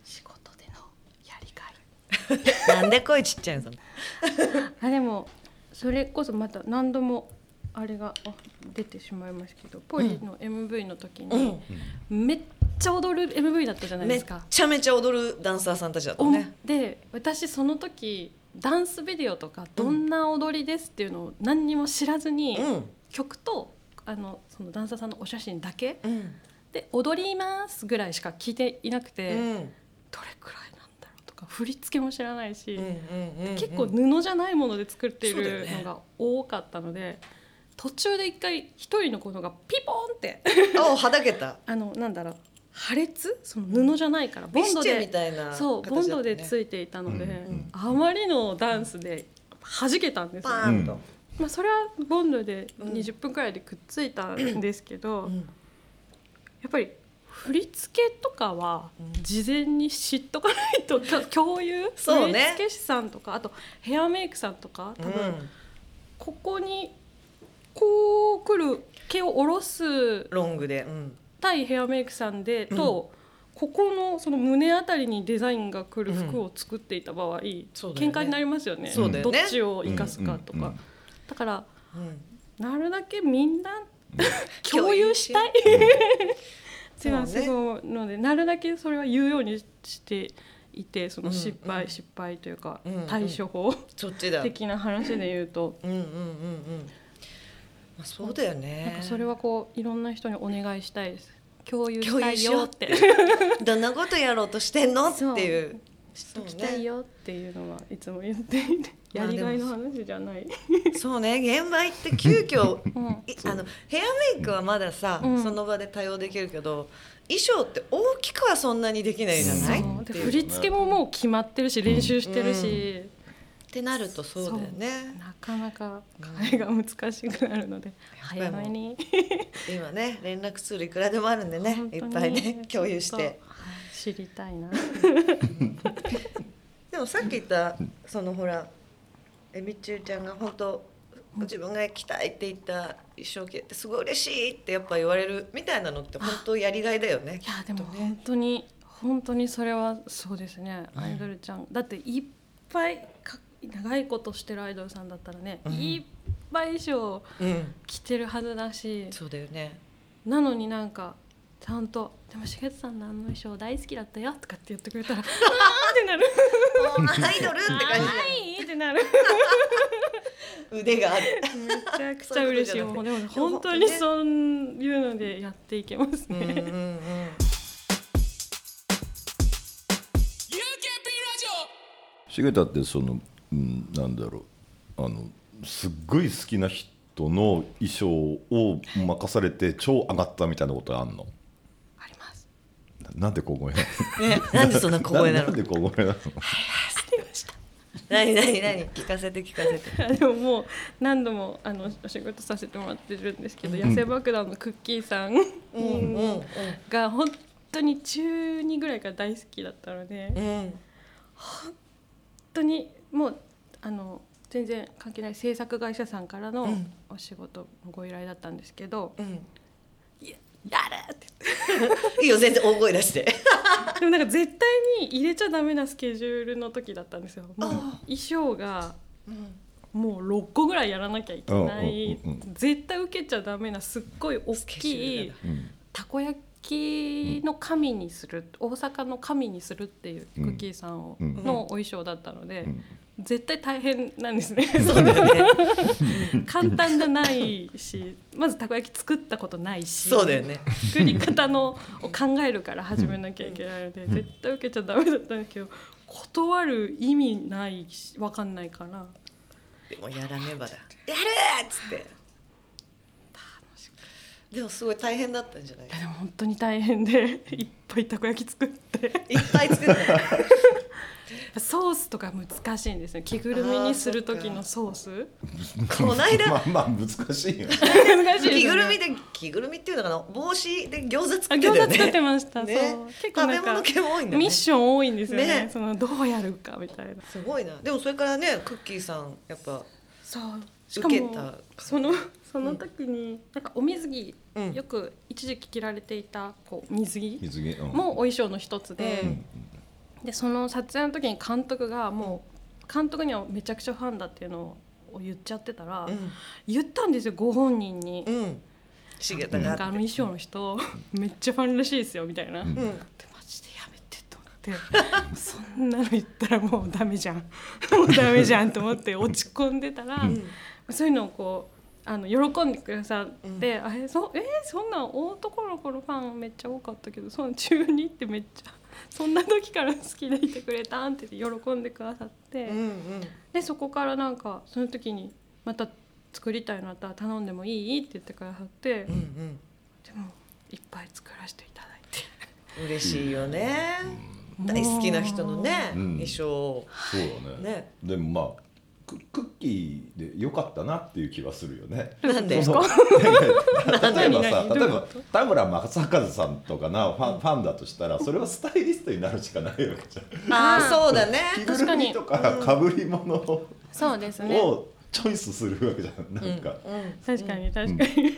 S3: 仕事でのやりがい
S2: なんで声ちっちゃいの。
S3: あでもそれこそまた何度もあれがあ出てしまいますけどポリの MV の時に、めっちゃ踊る MV だったじゃない
S2: め
S3: で
S2: っ
S3: すか。
S2: ちゃめちゃ踊るダンサーさんたちだった
S3: お
S2: ね。
S3: で私その時ダンスビデオとかどんな踊りですっていうのを何にも知らずに、
S2: うん
S3: 曲とあのそのダンサーさんのお写真だけ
S2: うん
S3: で踊りますぐらいしか聞いていなくて、
S2: う
S3: ど
S2: ん
S3: れくらいなんだろうとか振り付けも知らないし、
S2: うんうんうんうん
S3: 結構布じゃないもので作ってい
S2: そうだよ
S3: る
S2: ね
S3: のが多かったので、途中で一回一人の子のがピポンって
S2: あはだけた
S3: あのなんだろう破裂その布じゃないから、ボ
S2: ビ
S3: ン
S2: ス
S3: ド
S2: チェみ
S3: で
S2: たいな
S3: そうボンドでつ
S2: い
S3: いていたので、
S2: ん
S3: あまりのダンスで弾けたんですよ
S1: う
S2: パーン
S1: ん
S2: と。
S3: まあ、それはボンドで
S2: うん
S3: 20分くらいでくっついたんですけど、
S2: ん
S3: やっぱり振り付けとかは
S2: うん
S3: 事前に知っとかない とか共有、
S2: そう
S3: 振
S2: ね
S3: 付師さんとかあとヘアメイクさんとか多分
S2: うん
S3: ここにこう来る毛を下ろす
S2: ロングで、うん、
S3: 対ヘアメイクさんでと、ここのその胸あたりにデザインが来る服を作っていた場合、
S2: そうだよね
S3: 喧嘩になりますよね
S2: そうだよね
S3: どっちを生かすかとか。
S1: うんうんうん
S3: だから
S2: うん、
S3: なるだけみんな
S2: 共
S3: 共
S2: 有
S3: 有
S2: し
S3: したいっていうのは
S2: そうね
S3: すごいので、なるだけそれは言うようにしていてそ
S2: うん
S3: の失敗、
S2: うん
S3: 失敗というか、
S2: うんうん
S3: 対処法
S2: そっちだ。
S3: 的な話で言うと、
S2: うんうんうんうん。まあそうだよね。
S3: なんかそれはこういろんな人にお願いしたいです共有
S2: 共
S3: した
S2: 有
S3: い
S2: しよう
S3: よ
S2: っ
S3: って
S2: どんなことやろうとしてんのって
S3: そう
S2: いう。
S3: しときたいよっていうのはいつも言っていて
S2: まあ
S3: やりがいの話じゃない、
S2: そうね、現場行って急 遽
S3: うん
S2: いあのヘアメイクはまださ、
S3: うん
S2: その場で対応できるけど衣装って大きくはそんなにできないじゃない、
S3: そう
S2: っ
S3: で
S2: て
S3: 振
S2: いうっ
S3: り付けももう決まってるし練習してるし、
S2: てなるとそうだよね
S3: なかなか替えが難しくなるので、
S2: やっ
S3: 早
S2: ぱり
S3: め
S2: も
S3: に
S2: 今ね連絡ツールいくらでもあるんでね
S3: 本当
S2: いっ
S3: に
S2: ぱいね共有し
S3: ちょってとはい知りたいな
S2: でもさっき言ったそのほらエビチューちゃんが本当自分が着たいって言った衣装着ってすごい嬉しいってやっぱ言われるみたいなのって本当やりがいだよね
S3: いやでも本当に本当にそれはそうですねアイドルちゃんだっていっぱいか長いことしてるアイドルさんだったらね、
S2: うん
S3: いっぱい衣装
S2: うん
S3: 着てるはずだし
S2: そうだよね
S3: なのになんかちゃんと「でもしげつさんのあの衣装大好きだったよ」とかって言ってくれた ら「あー」ってなる
S2: もうアイドルって
S3: 「あ
S2: 感じだよ
S3: ーい」ってなる
S2: 腕がある
S3: めちゃくちゃ嬉しいもうでも本当にそういうのでやっていけます
S2: うんうんう
S3: ね。
S2: ん
S1: 重田ってその、うん、なんだろうあのすっごい好きな人の衣装を任されて超上がったみたいなことあんの
S3: あります。
S1: ななんで小 声な
S2: ね、なんでそんな小声な
S1: な
S2: の
S1: んで小声なの
S3: ありました。
S2: 何何何聞かせて聞かせて
S3: でももう何度もあのお仕事させてもらってるんですけど、野生爆弾のクッキーさん
S2: うんうんうん
S3: が本当に中2ぐらいから大好きだったので、
S2: う
S3: 本
S2: ん
S3: 当にもうあの全然関係ない制作会社さんから
S2: う
S3: の
S2: ん
S3: お仕事のご依頼だったんですけど、
S2: うん、
S3: やるって
S2: いいよ全然大声出して
S3: でもなんか絶対に入れちゃダメなスケジュールの時だったんですよ。もう衣装がもう6個ぐらいやらなきゃいけない
S1: うんうんうん
S3: 絶対受けちゃダメなすっごい大
S2: スケジュ
S3: き
S2: ール
S3: い
S2: が
S1: うん
S3: たこ焼きの神にする、大阪の神にするっていうクッキーさんを、
S1: うん
S3: のお衣装だったので、
S1: ん
S3: 絶対大変なんですね
S2: そうだよね
S3: 簡単じゃないしまずたこ焼き作ったことないし
S2: そうだよね
S3: 作り方のを考えるから始めなきゃいけないので、絶対受けちゃダメだったんですけど断る意味ないし分かんないから
S2: でもやらねばだやるっつってでもすごい大変だったん じゃない
S3: でも本当に大 変でいっぱいたこ焼き作って
S2: いっぱい作るの
S3: ソースとか難しいんですね着ぐるみにする時のソー ス
S2: こない だ
S1: まあまあ難しいよね
S3: 難しいです、ね、
S2: 着ぐるみで着ぐるみっていうのかな帽子で餃子作
S3: あ
S2: って
S3: 餃
S2: たよ
S3: 子
S2: ね
S3: 作ってました、
S2: ね
S3: そう結構なん
S2: 食べ物
S3: か
S2: 系も多いんだね
S3: ミッション多いんですよね
S2: ね
S3: そのどうやるかみたいな
S2: すごいなでもそれからねクッキーさんやっぱ
S3: そうし
S2: 受
S3: か
S2: け
S3: も
S2: た
S3: そのその時に、なんかお水着、
S2: うん
S3: よく一時期着られていたこう水着
S1: 水着うん
S3: もお衣装の一つで、
S2: うん
S3: でその撮影の時に監督がもう監督にはめちゃくちゃファンだっていうのを言っちゃってたら、
S2: うん
S3: 言ったんですよご本人に
S2: う。ん茂田
S3: なん
S2: が
S3: かあ
S2: あ
S3: の
S2: って
S3: 衣装の人めっちゃファンらしいですよみたいな、
S1: ん
S3: で
S2: うん
S3: マジでやめてと思ってそんなの言ったらもうダメじゃんもうダメじゃんと思って落ち込んでたら、そういうのをこうあの喜んでくださって、あれそえーそんなん男の子のファンめっちゃ多かったけどその中二ってめっちゃ そんな時から好きでいてくれたんって言って喜んでくださって。
S2: うんうん
S3: でそこからなんかその時にまた作りたいのあったら頼んでもいいって言ってくださって、
S2: うん
S3: でもいっぱい作らせていただいて
S2: うん嬉しいよね大好きな人のね
S1: うん
S2: 衣装を
S1: そうだね
S2: ね
S1: でもまあククッキーで良かったなっていう気はするよね。
S2: なんで
S1: その例えば さ
S3: 何何
S1: 例え
S3: どういう
S1: ば田村正和さんとかなファンファンだとしたらそれはスタイリストになるしかないわけじゃん。
S2: ああそうだね
S1: 着ぐるみとかかぶり物を
S3: そうです
S1: チョイスするわけじゃんなんか。
S2: うん
S3: 確かに確かに、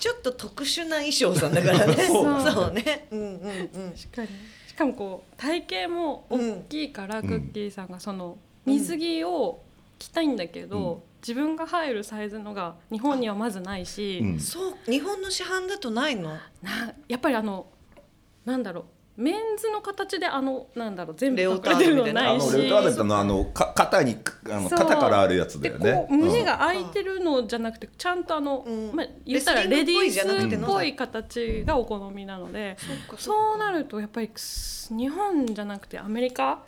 S2: ちょっと特殊な衣装さんだから ね
S1: そう
S3: だね
S2: そうねうんうんうん
S3: 確かにしかもこう体型も大きいから、クッキーさんがその水着を着たいんだけど、
S1: うん
S3: 自分が入るサイズのが日本にはまずないし、
S1: うん
S2: そう日本の市販だとないの
S3: なやっぱりあのなんだろうメンズの形であのなんだろう全部
S2: レオ
S3: 隠
S2: ター
S3: れ
S2: ド
S3: てる
S2: み
S3: の
S2: たいな
S3: な
S1: あ
S3: い
S1: の
S3: し
S1: レカーデットのあのか肩にあの
S3: そう
S1: 肩からあるやつだ
S3: で
S1: よ
S3: こ
S1: ね。
S3: う胸が開いてるのじゃなくてちゃんとあの、
S2: うん
S3: まあ、言ったらレディー
S2: レスリングっぽいじゃなく
S3: ス
S2: て
S3: っ
S2: な
S3: ぽい形がお好みなので、そうなるとやっぱりす日本じゃなくてアメリカ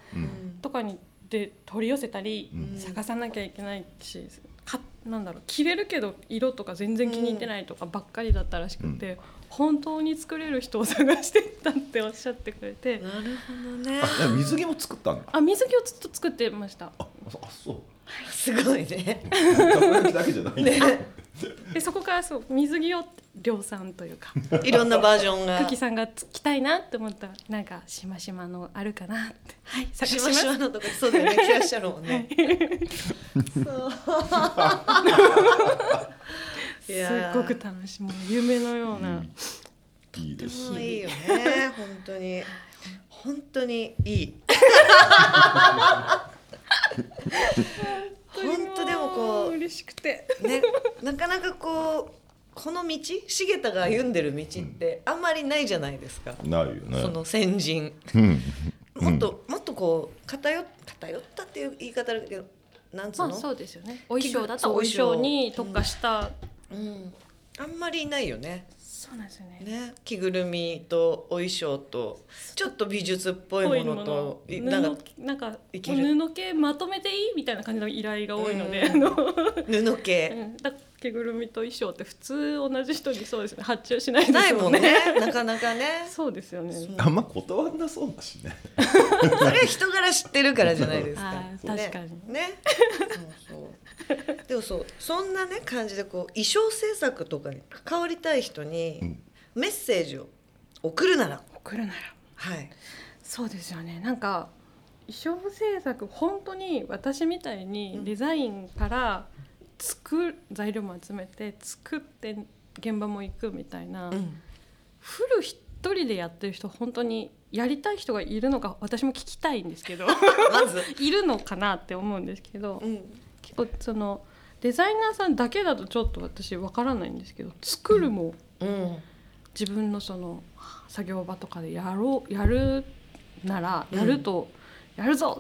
S3: とかにで取り寄せたり
S1: う
S3: 探さなきゃいけないし、かなんだろう着れるけど色とか全然気に入ってないとかばっかりだったらしくて、本当に作れる人を探してたっておっしゃってくれて、
S2: なるほどね
S1: うんあ水着も作ったんだ。
S3: あ水着をずっと作ってました。
S1: あそあそう。
S2: すごいね
S1: たこ焼きだけじゃないんだ。
S3: でそこからそう水着を量産というか。
S2: いろんなバージョンが
S3: クキさんが着たいなって思ったらなんかしましまのあるかなってはい探し
S2: し
S3: ま
S2: ますしまのとかそうだ よね着らっしゃるもんね。 そう。い
S3: す
S2: やー
S3: っごく楽しいもう夢のような、
S1: いいです
S2: もう
S1: ね。
S2: いいよね本当に本当にいい。 本当でも
S3: も
S2: こ
S3: う嬉しくて
S2: うねなかなかこうこの道茂田が歩んでる道ってあんまりないじゃないですか。
S1: ないよね。
S2: その先人。
S1: うん
S2: もっと、もっとこう偏っ偏ったっていう言い方だけどなんつうの、
S3: うですよねお衣
S2: 装だったら
S3: お衣装に特化した、
S2: うん、あんまりいないよね
S3: そうなんですよね
S2: ね着ぐるみとお衣装とちょっと美術っぽい
S3: こうい
S2: ものと
S3: う
S2: い
S3: も
S2: なん
S3: の
S2: か
S3: 布なんか
S2: いける
S3: 布系まとめていいみたいな感じの依頼が多いので、
S2: うん
S3: あの
S2: 布
S3: う
S2: 系
S3: んだから着ぐるみと衣装って普通同じ人にそうですね発注しないです
S2: ない
S3: も
S2: も
S3: ん
S2: ん
S3: ね
S2: ねなかなかね
S3: そうですよね
S1: あんま断んなそうだしね。
S2: それは人柄知ってるからじゃないですか
S3: あー確かに
S2: ねねそうそうでもそうそんなね感じでこう衣装制作とかに関わりたい人にメッセージを送るなら、
S3: 送るなら
S2: はい
S3: そうですよねなんか衣装制作本当に私みたいにデザインから作る材料も集めて作って現場も行くみたいな、
S2: うん
S3: フル一人でやってる人本当にやりたい人がいるのか私も聞きたいんで すけど
S2: まず、
S3: いるのかなって思うんですけど
S2: うん、
S3: 結構そのデザイナーさんだけだとちょっと私わからないんですけど作るも
S2: うん、
S3: 自分のその作業場とかでやろうやるなら
S2: うん
S3: やると、やるぞ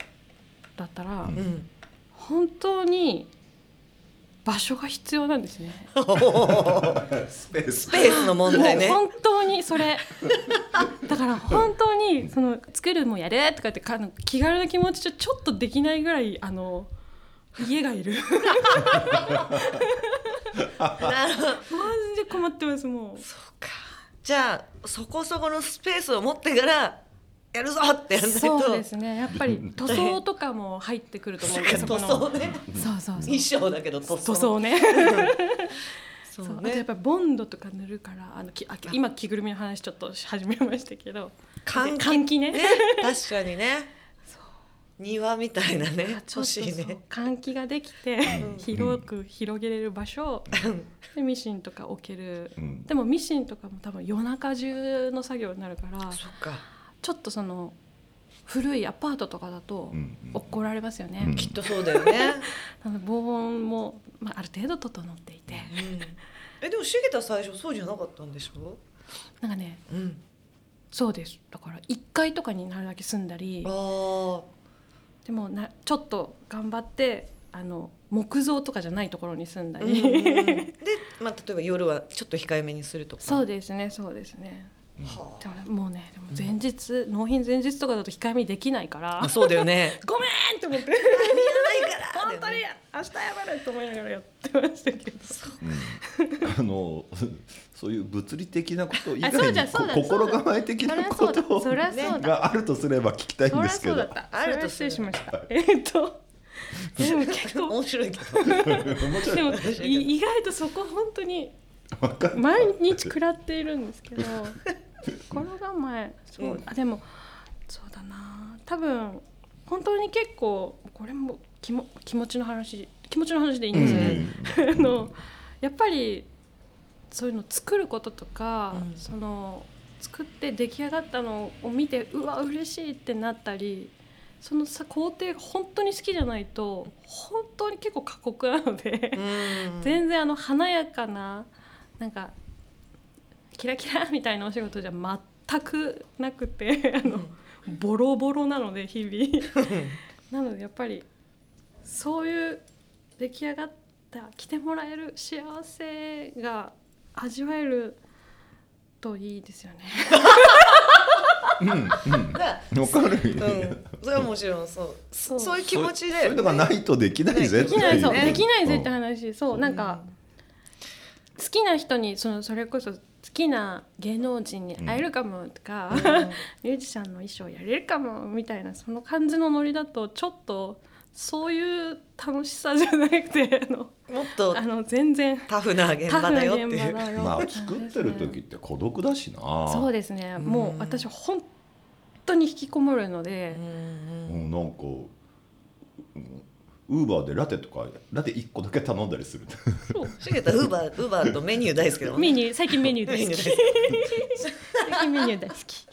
S3: だったら、
S1: うん
S2: うん、
S3: 本当に場所が必要なんですね。
S1: スペース
S2: スペースの問題ね。
S3: もう 本当にそれだから本当にその作るもやれとかってかあの気軽な気持ちじゃちょっとできないぐらいあの家がいる
S2: なるほど。
S3: マジで困ってますもう
S2: そうか。じゃあそこそこのスペースを持ってからやるぞってやんないと。
S3: そ うですねやっぱ り塗装とかも入ってくると思うんです よ
S2: 塗
S3: そこの
S2: 装ね。
S3: そうそうそう
S2: 衣装だけど塗装。
S3: 塗装ね
S2: そ
S3: そう
S2: う
S3: あとやっ
S2: ね。
S3: ぱりボンドとか塗るからあのきあ今着ぐるみの話ちょっと始めましたけど
S2: 換気
S3: 換気ね
S2: ね。確かにね。庭みたいなね。
S3: ちょっと
S2: 欲
S3: そう
S2: しいね。
S3: 換気ができて、広く広げれる場所、でミシンとか置ける、
S1: うん
S3: でもミシンとかも多分夜中中の作業になるから
S2: そっか。
S3: ちょっとその古いアパートとかだと
S1: うんうん
S3: 怒られますよね、
S1: うん
S2: きっとそうだよ ね。
S3: なので防音も、まあ、ある程度整っていて
S2: うんえでも茂田最初そうじゃなかったんでしょ？
S3: なんかね
S2: うん。
S3: そうですだから1階とかになるだけ住んだり
S2: あ
S3: でもなちょっと頑張ってあの木造とかじゃないところに住んだ
S2: あ。
S3: り、
S2: うんうんうんでまあ例えば夜はちょっと控えめにするとか。
S3: そうですねそうですね
S2: は
S3: でももうねでも前日、納品前日とかだと控えめにできないから
S2: あ。あそうだよね。
S3: ごめんって思って
S2: 本
S3: 本当に明日謝ると思いながらやってましたけど
S1: あのそういう物理的なこと以外
S3: あそうじゃ
S1: に
S3: そうだ
S1: こ
S3: そうだ
S1: 心構え的なこ
S3: そ
S1: と
S3: りゃそうだそりゃそうだ
S1: があるとすれば聞きたい
S3: そ
S1: んで
S3: りゃ
S1: すけ
S3: そうだっ
S1: ど
S3: た
S2: あ
S3: それ
S2: る
S3: は
S2: と
S3: 失礼しました
S1: はい
S3: えーっと でも結構
S2: 面白いけど。
S3: でもい意外とそこ本当に
S1: わかんない
S3: 毎日食らっているんですけど心構えそう、
S2: うん
S3: あでもそうだな多分本当に結構これも気も気持ちの話気持ちの話でいいんですよね、 あのやっぱりそういうの作ることとか、
S2: うん
S3: その作って出来上がったのを見てうわ嬉しいってなったりそのさ工程が本当に好きじゃないと本当に結構過酷なので、
S2: うん
S3: 全然あの華やかななんかキラキラみたいなお仕事じゃ全くなくてあの、ボロボロなので日々。なのでやっぱりそういう出来上がった着てもらえる幸せが味わえるといいですよね。
S2: が
S1: わかる
S2: う
S1: よね
S2: ん、それはもちろんそう
S3: そ
S2: そううそういう気持ちで
S1: そういうのがないとできないぜ
S2: ね
S1: って
S3: できないいうそう
S1: ね
S3: できないぜって話そううなんか好きな人にそのそれこそ好きな芸能人に会えるかもとか、
S2: うん
S3: ミュージシャンの衣装やれるかもみたいなその感じのノリだとちょっとそういう楽しさじゃなくてあの
S2: もっと
S3: あの全然
S2: タフな現
S3: タ
S2: 場
S3: フな
S2: だよ
S3: 現
S2: ってい
S3: 場
S2: う
S3: だよ
S1: まあ作ってる時って孤独だしな
S3: そうですね、
S2: ん
S3: もう私本当に引きこもるので、
S2: うん
S1: うんなんかウーバーでラテとかラテ一個だけ頼んだりする
S2: 茂田ウーバーウーバーとメニュー大好きだもん
S3: メニュー最近メニュー
S2: メ
S3: 大
S2: ニ
S3: 好
S2: ュー
S3: き
S2: 大好
S3: 最近メニュー大 好き
S2: き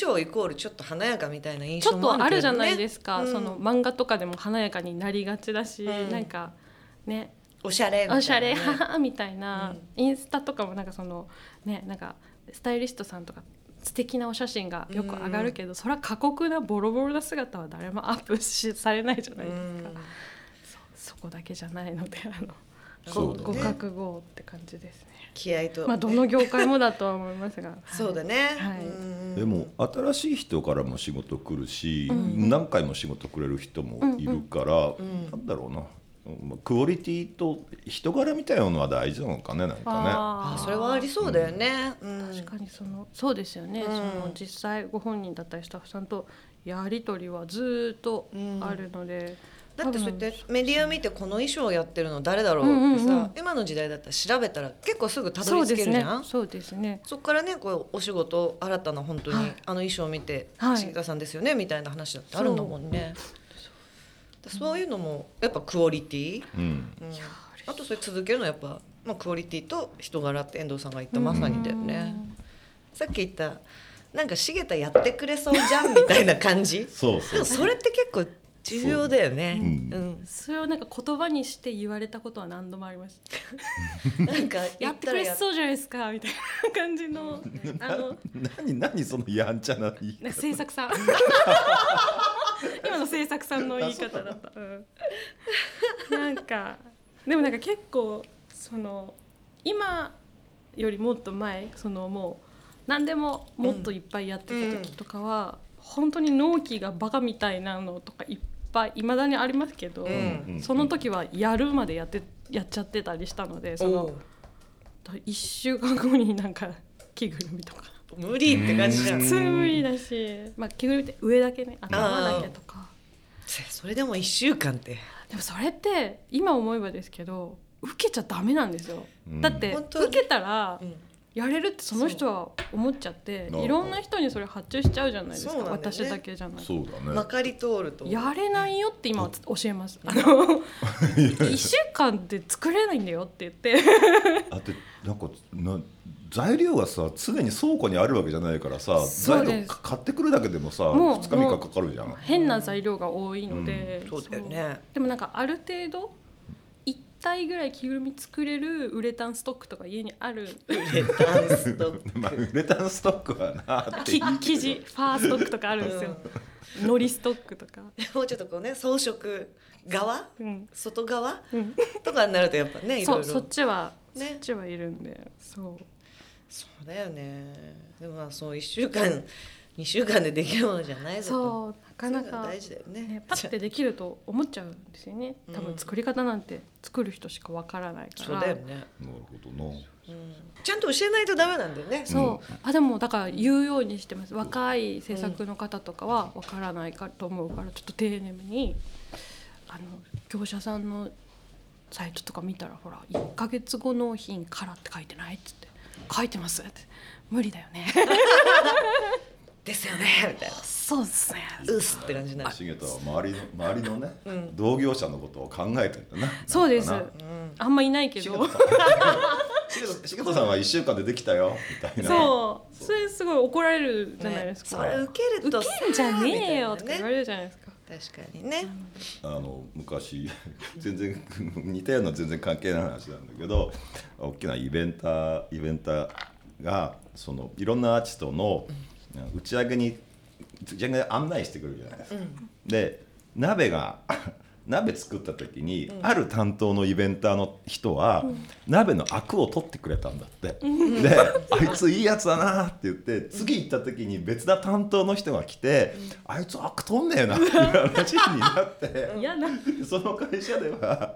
S2: 衣装イコールちょっと華やかみたいな印
S3: ちょ
S2: 象
S3: っ
S2: も
S3: とあ
S2: ある
S3: る
S2: け
S3: じゃ
S2: どね
S3: ないですか、
S2: うん
S3: その漫画とかでも華やかになりがちだし、
S2: うん
S3: なんかね
S2: おしゃれみたいなね
S3: おしゃれは はみたいな
S2: う、
S3: インスタとかもなんかそのねなんかスタイリストさんとか素敵なお写真がよく上がるけど、それは過酷なボロボロな姿は誰もアップしされないじゃな
S2: う
S3: いですか、
S2: ん
S3: そこだけじゃないのであ の
S1: そ
S3: ご
S1: うだね
S3: ご覚悟って感じですね。
S2: 気合と
S3: まあどの業界もだとは思いますが。
S2: そうだ
S3: ね。
S2: ね
S3: はい
S2: うん
S1: でも新しい人からも仕事来るし、何回も仕事くれる人もいるから、なんだろうなまあクオリティと人柄みたいなのは大事なのかねなんか
S2: あそれはありそうだよねうん
S3: 確かにそのそうですよね。
S2: うん
S3: その実際ご本人だったりスタッフさんとやり取りはずーっとあるので、
S2: だってそうやってメディア見てこの衣装やってるの誰だろう
S3: うんうんうん
S2: ってさ、今の時代だったら調べたら結構すぐたど
S3: そ
S2: り
S3: う
S2: 着
S3: で
S2: け
S3: す
S2: るじ
S3: ね
S2: ゃんそ,、
S3: そうですね
S2: っからねこうお仕事新たな本当に、
S3: はい
S2: あの衣装を見て
S3: はい
S2: 杉田さんですよねみたいな話だってあるんだもんね。そういうのもやっぱクオリティ、
S1: うん
S2: うんあとそれ続けるのはやっぱ、まあ、クオリティと人柄って遠藤さんが言ったまさにだよね。さっき言ったなんか茂田やってくれそうじゃんみたいな感 じ
S1: そう
S2: で
S1: そ
S2: も
S1: う
S2: それって結構重要だよね。
S1: そううん
S2: うん
S3: それをなんか言葉にして言われたことは何度もありました
S2: なんか
S3: や
S2: 言
S3: っ
S2: ってた
S3: く
S2: ら
S3: れ
S2: やっ
S3: そうじゃないですかみたいな感 じのあの
S1: 何何そのやんちゃな言い
S3: な
S1: 方
S3: 制作さん今の制作さんの言い方だった、うんなんかでもなんか結構その今よりもっと前そのもう何でももっといっぱいやってた時とかは、本当に納期がバカみたいなのとかいっぱいいまだにありますけど、
S2: うん
S3: その時はやるまでやってやっちゃってたりしたのでその1週間後になんか着ぐるみとか。
S2: お無理って感じじゃん。
S3: 普通無理だし、まあ、着ぐるみって上だけね頭だけとか
S2: せそれでも一週間って
S3: でもそれって今思えばですけど受けちゃダメなんですよ、
S1: うん
S3: だって
S2: 本当に
S3: 受けたら
S2: うん
S3: やれるってその人は思っちゃって
S1: そう
S3: いろんな人にそれ発注しちゃうじゃないですか、
S2: そうなんだよね
S3: 私だけじゃない。
S1: そうだね
S2: まかり通ると。
S3: やれないよって今は教えます。あの一週間で作れないんだよって言って、
S1: あてなんかな材料がさ常に倉庫にあるわけじゃないからさ
S3: そう
S1: 材
S3: です
S1: 料か買ってくるだけでもさ
S3: もう
S1: 2日3日かかるじゃん
S3: 変な材料が多いので、
S2: そうだよね。
S3: でもなんかある程度1体ぐらい着ぐるみ作れるウレタンストックとか家にある
S2: レタンスと
S1: まあウレタンストックはなって
S3: き
S1: いいけど
S3: 生地ファーストックとかあるんですよ海苔ストックとか、
S2: もうちょっとこうね装飾側
S3: うん
S2: 外側
S3: うん、
S2: とかになるとやっぱねい
S3: そ
S2: ろ
S3: う
S2: いろ
S3: そっちは、
S2: ね
S3: そっちはいるんでそう
S2: そうだよねでもまあそう1週間2週間でできるものじゃないぞ
S3: そう
S2: う
S3: なかなか、
S2: 大事だよね
S3: ね、パッてできると思っちゃうんですよね多分作り方なんて作る人しかわからないから
S2: そうだよね、
S1: なるほどな
S2: うんちゃんと教えないとダメなんだよね
S3: そう、あでもだから言うようにしてます若い制作の方とかはわからないかと思うからちょっと丁寧にあの業者さんのサイトとか見たらほら1ヶ月後納品からって書いてないっつって書いてますって無理だよね
S2: ですよねみたいな
S3: そうっすね
S2: うっすって感じになる
S1: 重田は周りの周りのね、
S2: ん
S1: 同業者のことを考えてるん だな
S3: そうです
S1: なんかな
S3: あんまいないけど
S1: 重田重田さんは1週間でできたよみたいな
S3: そうそれすごい怒られるじゃないです
S2: ねそ
S3: か、
S2: れ受ける
S3: 受
S2: とさ
S3: けんじゃねえよと
S2: みた
S3: か
S2: い
S3: 言
S2: な
S3: わ
S2: ね
S3: れるじゃないですか
S2: 確かにね
S1: あの昔 全然似たような全然関係ない話なんだけど大きなイベンターイベンターがそのいろんなアーティストの打ち上げに打ち上げで案内してくるじゃないですか。で鍋が 鍋作った時に、ある担当のイベンターの人は、鍋のアクを取ってくれたんだって、で「あいついいやつだな」って言って次行った時に別な担当の人が来て「あいつアク取んねえな」っていう話になって。
S3: 嫌な
S1: その会社では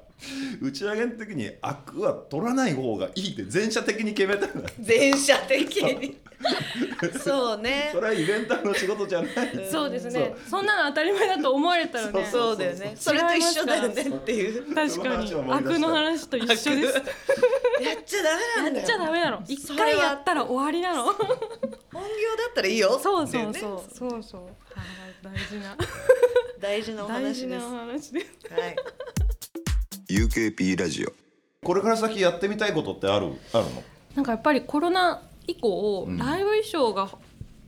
S1: 打ち上げの時にアクは取らない方がいいって全社的に決めたんだ
S2: 全社的にそうね
S1: それはイベンターの仕事じゃないって
S3: そうです
S1: そう
S3: ねそんなの当たり前だと思われたらね
S2: そうだよねそ
S3: そ
S2: うれ
S3: そ
S2: と
S3: うそう
S2: 一緒だよねっていう
S3: 確かに
S1: その話を思い出した
S3: 悪の話と一緒です
S2: やっちゃダメなんだ
S3: や
S2: よ
S3: っちゃダメなの一回やったら終わりなの
S2: 本業だったらいいよ
S3: そうそう
S2: ってい
S3: そう
S2: ね
S3: そうそうはい大事な
S2: 大事なお
S3: 大
S2: 話
S3: 事
S2: で
S3: な
S2: す
S3: お
S2: は
S3: 話です
S2: い
S4: UKP ラジオ
S1: これから先やってみたいことってあるあるの
S3: なんかやっぱりコロナ以降、ライブ衣装が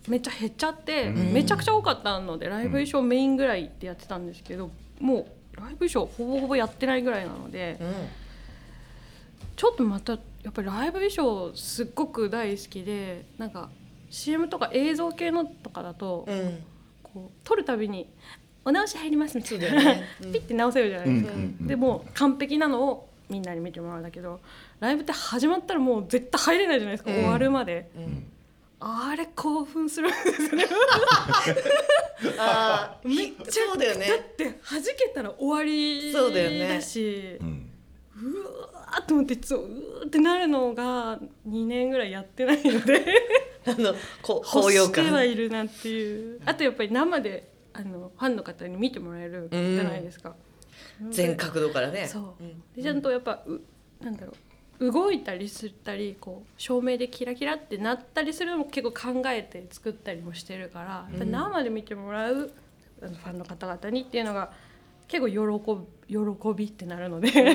S3: めっちゃ減っちゃって、めちゃくちゃ多かったのでライブ衣装メインぐらいでやってたんですけど、もうライブ衣装ほぼほぼやってないぐらいなので、ちょっとまたやっぱりライブ衣装すっごく大好きでなんか CM とか映像系のとかだと、
S2: うんうん
S3: こう撮るたびに「お直し入ります」みたい
S2: そうだ
S3: な、
S2: よねうん
S3: ピッて直せるじゃないですか、
S1: うんうんうん
S3: でもう完璧なのをみんなに見てもらうんだけどライブって始まったらもう絶対入れないじゃないですか、
S2: うん
S3: 終わるまで、
S2: ん
S3: あれ興奮するんですよね
S2: ああめっ
S3: ちゃ
S2: そうだよね
S3: だ って弾けたら終わり
S2: そうだよね
S3: だしう,、
S1: ん
S3: わーっと思っていつもうーってなるのが2年ぐらいやってないの で
S2: あのこ
S3: 欲
S2: 高揚
S3: して
S2: 感
S3: はいるなっていうあとやっぱり生であのファンの方に見てもらえるじゃないですか、
S2: 全角度からね
S3: そう、
S2: ん
S3: でちゃんとやっぱうなんだろう動いたりすったりこう照明でキラキラってなったりするのも結構考えて作ったりもしてるから、やっぱ生で見てもらうあのファンの方々にっていうのが結構喜ぶ喜びってなるので、 だから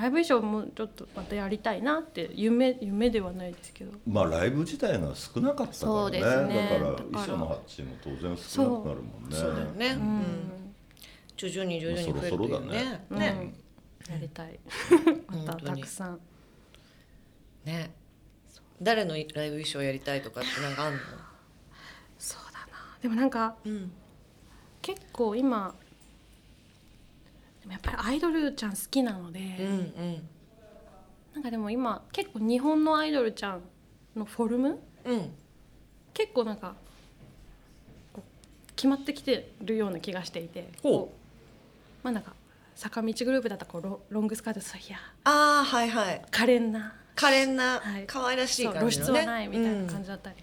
S3: ライブ衣装もちょっとまたやりたいなって夢夢ではないですけど
S1: まあライブ自体が少なかったか
S3: そ
S1: ら
S3: う
S1: ね
S3: ですね
S1: だから
S3: だから
S1: 衣装の発注も当然少なくなるもんね
S2: そうだよね、う
S3: うん
S2: ん、徐々に徐々に増えるとい
S1: まあそろ
S2: う
S1: そろだ
S2: ね
S1: ね
S2: ね
S3: やりたい ま
S2: 本
S3: た
S2: 当
S3: た
S2: に
S3: くさん
S2: ね誰のライブ衣装やりたいとかってなんかあんの
S3: そうだなでもなんか
S2: うん
S3: 結構今でもやっぱりアイドルちゃん好きなので、
S2: うんうん
S3: なんかでも今結構日本のアイドルちゃんのフォルム
S2: うん
S3: 結構なんかこう決まってきてるような気がしていて
S2: ほう
S3: こうまあなんか坂道グループだったらこうロロングスカートそういや
S2: ああはいはい
S3: 可憐な
S2: 可憐な
S3: はい
S2: 可愛らしい
S3: そう
S2: 感
S3: 露
S2: じ
S3: 出
S2: のね
S3: はないみたいな感じだったり、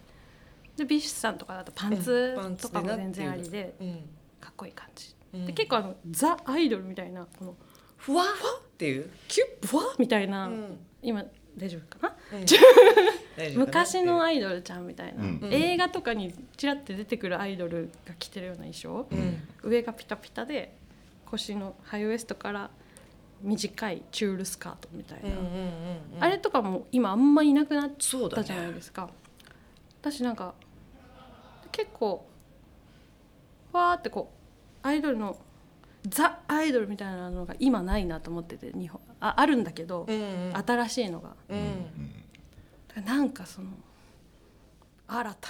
S3: でビッシュさんとかだとパン
S2: う
S3: ツ
S2: んパンツ
S3: と
S2: でな
S3: か
S2: っていう
S3: も全然ありで
S2: うん
S3: かっこいい感じ、
S2: うん
S3: で結構あのザ・アイドルみたいなこの
S2: ふわふわっていう
S3: キュッふわみたいな、
S2: うん
S3: 今大丈夫かな
S2: 大丈夫かなってい
S3: 昔
S2: う
S3: のアイドルちゃんみたいな、
S1: うん
S3: 映画とかにちらって出てくるアイドルが着てるような衣装、
S2: うん
S3: 上がピタピタで腰のハイウエストから短いチュールスカートみたいな、
S2: うんうんうんうん
S3: あれとかも今あんまいなくなっち
S2: そう
S3: ゃ
S2: だ
S3: ったじゃない
S2: ね
S3: ですか、私なんか結構わーってこうアイドルのザ・アイドルみたいなのが今ないなと思ってて日本ああるんだけど、
S2: うんうん
S3: 新しいのが。
S2: うん
S3: なんかその新た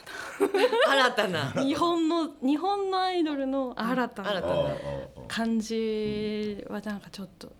S2: 新たな
S3: な日本の日本のアイドルの新た
S2: 新
S1: あ
S2: た
S3: な
S1: あああ
S3: 感じはなんかちょっと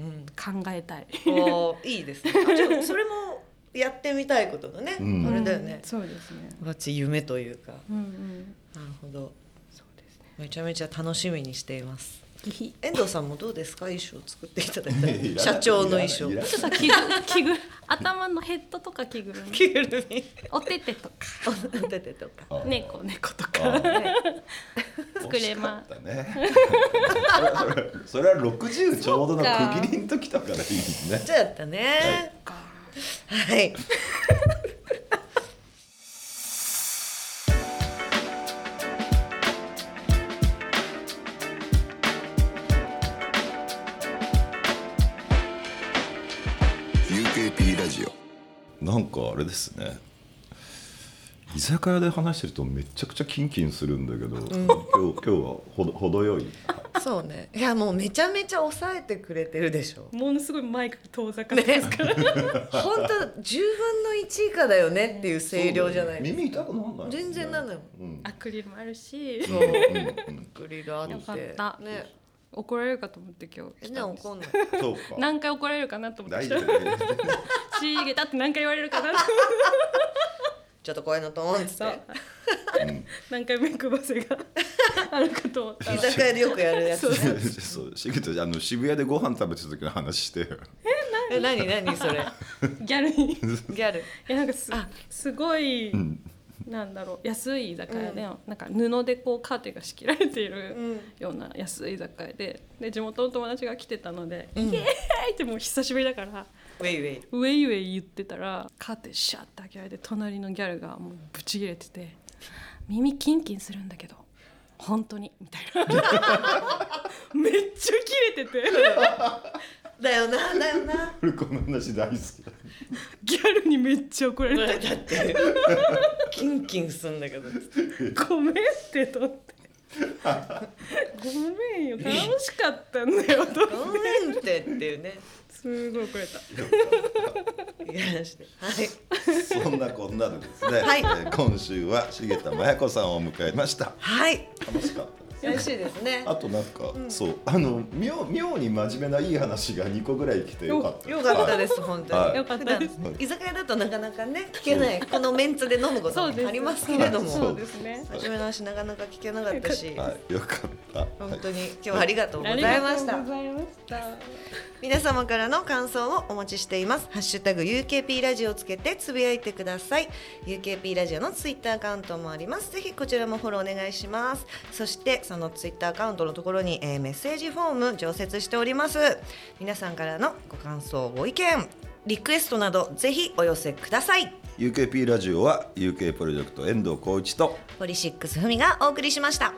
S2: うん
S3: 考えたい。
S2: おーいいですね あちょっとそれもやってみたいことだね
S1: うん
S2: あれだよね
S3: うんそうですね。
S2: ガチ夢というか
S3: うんうん。
S2: なるほど
S3: そうですね。
S2: めちゃめちゃ楽しみにしています
S3: ぎひ。
S2: 遠藤さんもどうですか衣装を作っていただ い
S1: いらない
S2: た社長の衣装
S1: いらない
S3: ちょっと着ぐ 着ぐ頭のヘッドとか着ぐるみ、
S2: 着ぐるみ
S3: お手手とか、
S2: おててとか
S1: ああ
S3: 猫猫と
S1: あ
S3: か。
S1: あ
S3: 作れま
S1: 惜しかったねそれそれそれは60ちょうどの区切りの時とかでいいね
S2: じゃあやったねはい
S4: UKP ラジオ
S1: なんかあれですね居酒屋で話してるとめちゃくちゃキンキンするんだけど、今日今日はほど程よい
S2: そうねいやもうめちゃめちゃ抑えてくれてるでしょ
S3: ものすごいマイク遠ざか
S2: ね
S3: ってますから。
S2: 本当10分の1以下だよねっていう声量じゃない
S1: 耳痛くなんない
S2: 全然なんないも
S1: うん
S3: アクリルもあるし、
S2: そうグリルあって
S3: よかった
S2: ね
S3: 怒られるかと思って今日
S2: え
S3: 来
S2: ね
S3: たんです。
S2: 怒んない
S1: そうか
S3: 何回怒られるかなと思っ
S1: 大
S3: て
S1: 丈。夫
S3: 仕入れたって何回言われるかなって
S2: ちょっとこういうのと思って
S3: 何回目くばせがあるかと思った
S2: 居
S3: ら
S2: 酒屋でよくやるやつ
S1: そうシグトあの渋谷でご飯食べてる時の話して
S2: え何何それ
S3: ギャル にい
S2: ギャル
S3: やなんかすすごい、
S1: ん
S3: なんだろう安い居酒屋で、なんか布でこうカーテンが仕切られているような安い居酒屋でで地元の友達が来てたので「イエーイ!」ってもう久しぶりだから
S2: ウェイウェイ
S3: ウェイウェイ言ってたらカーテンシャッて開けられて隣のギャルがもうブチ切れてて「耳キンキンするんだけど本当に」みたいな めっちゃ切れてて。
S2: だよなだよな
S1: 俺この話大好きだ
S3: ギャルにめっちゃ怒られ
S2: だってキンキンすんだけど
S3: た「ごめん」ってとって「ごめんよ楽しかったんだよ」 と
S2: ごめんってっていうね
S3: すごい怒られた
S2: いう話ではい
S1: そんなこんなでですね、
S2: はい
S1: えー今週は重田麻也子さんをお迎えました
S2: はい
S1: 楽しかったです
S2: 嬉しいですね
S1: あとなんか、そうあの妙妙に真面目ないい話が2個ぐらい来てよかった
S2: よかったですす本当に、
S1: はい
S3: よかったです
S2: 普段居酒屋だとなかなかね聞けないこのメンツで飲むこともありますけれども
S1: そう
S3: そうですね
S2: 初めの話なかなか聞けなかったし、
S1: はい、はいよかった
S2: 本
S1: は
S2: 当
S1: い
S2: に今日はありがとうございました
S3: ありがとうございました
S2: 皆様からの感想をお待ちしていますハッシュタグ UKP ラジオをつけてつぶやいてください UKP ラジオのツイッターアカウントもありますぜひこちらもフォローお願いしますそしてさんのツイッターアカウントのところに、えーメッセージフォーム常設しております皆さんからのご感想ご意見リクエストなどぜひお寄せください
S1: UKP ラジオは UK プロジェクト遠藤浩一と
S2: ポリシックスふみがお送りしました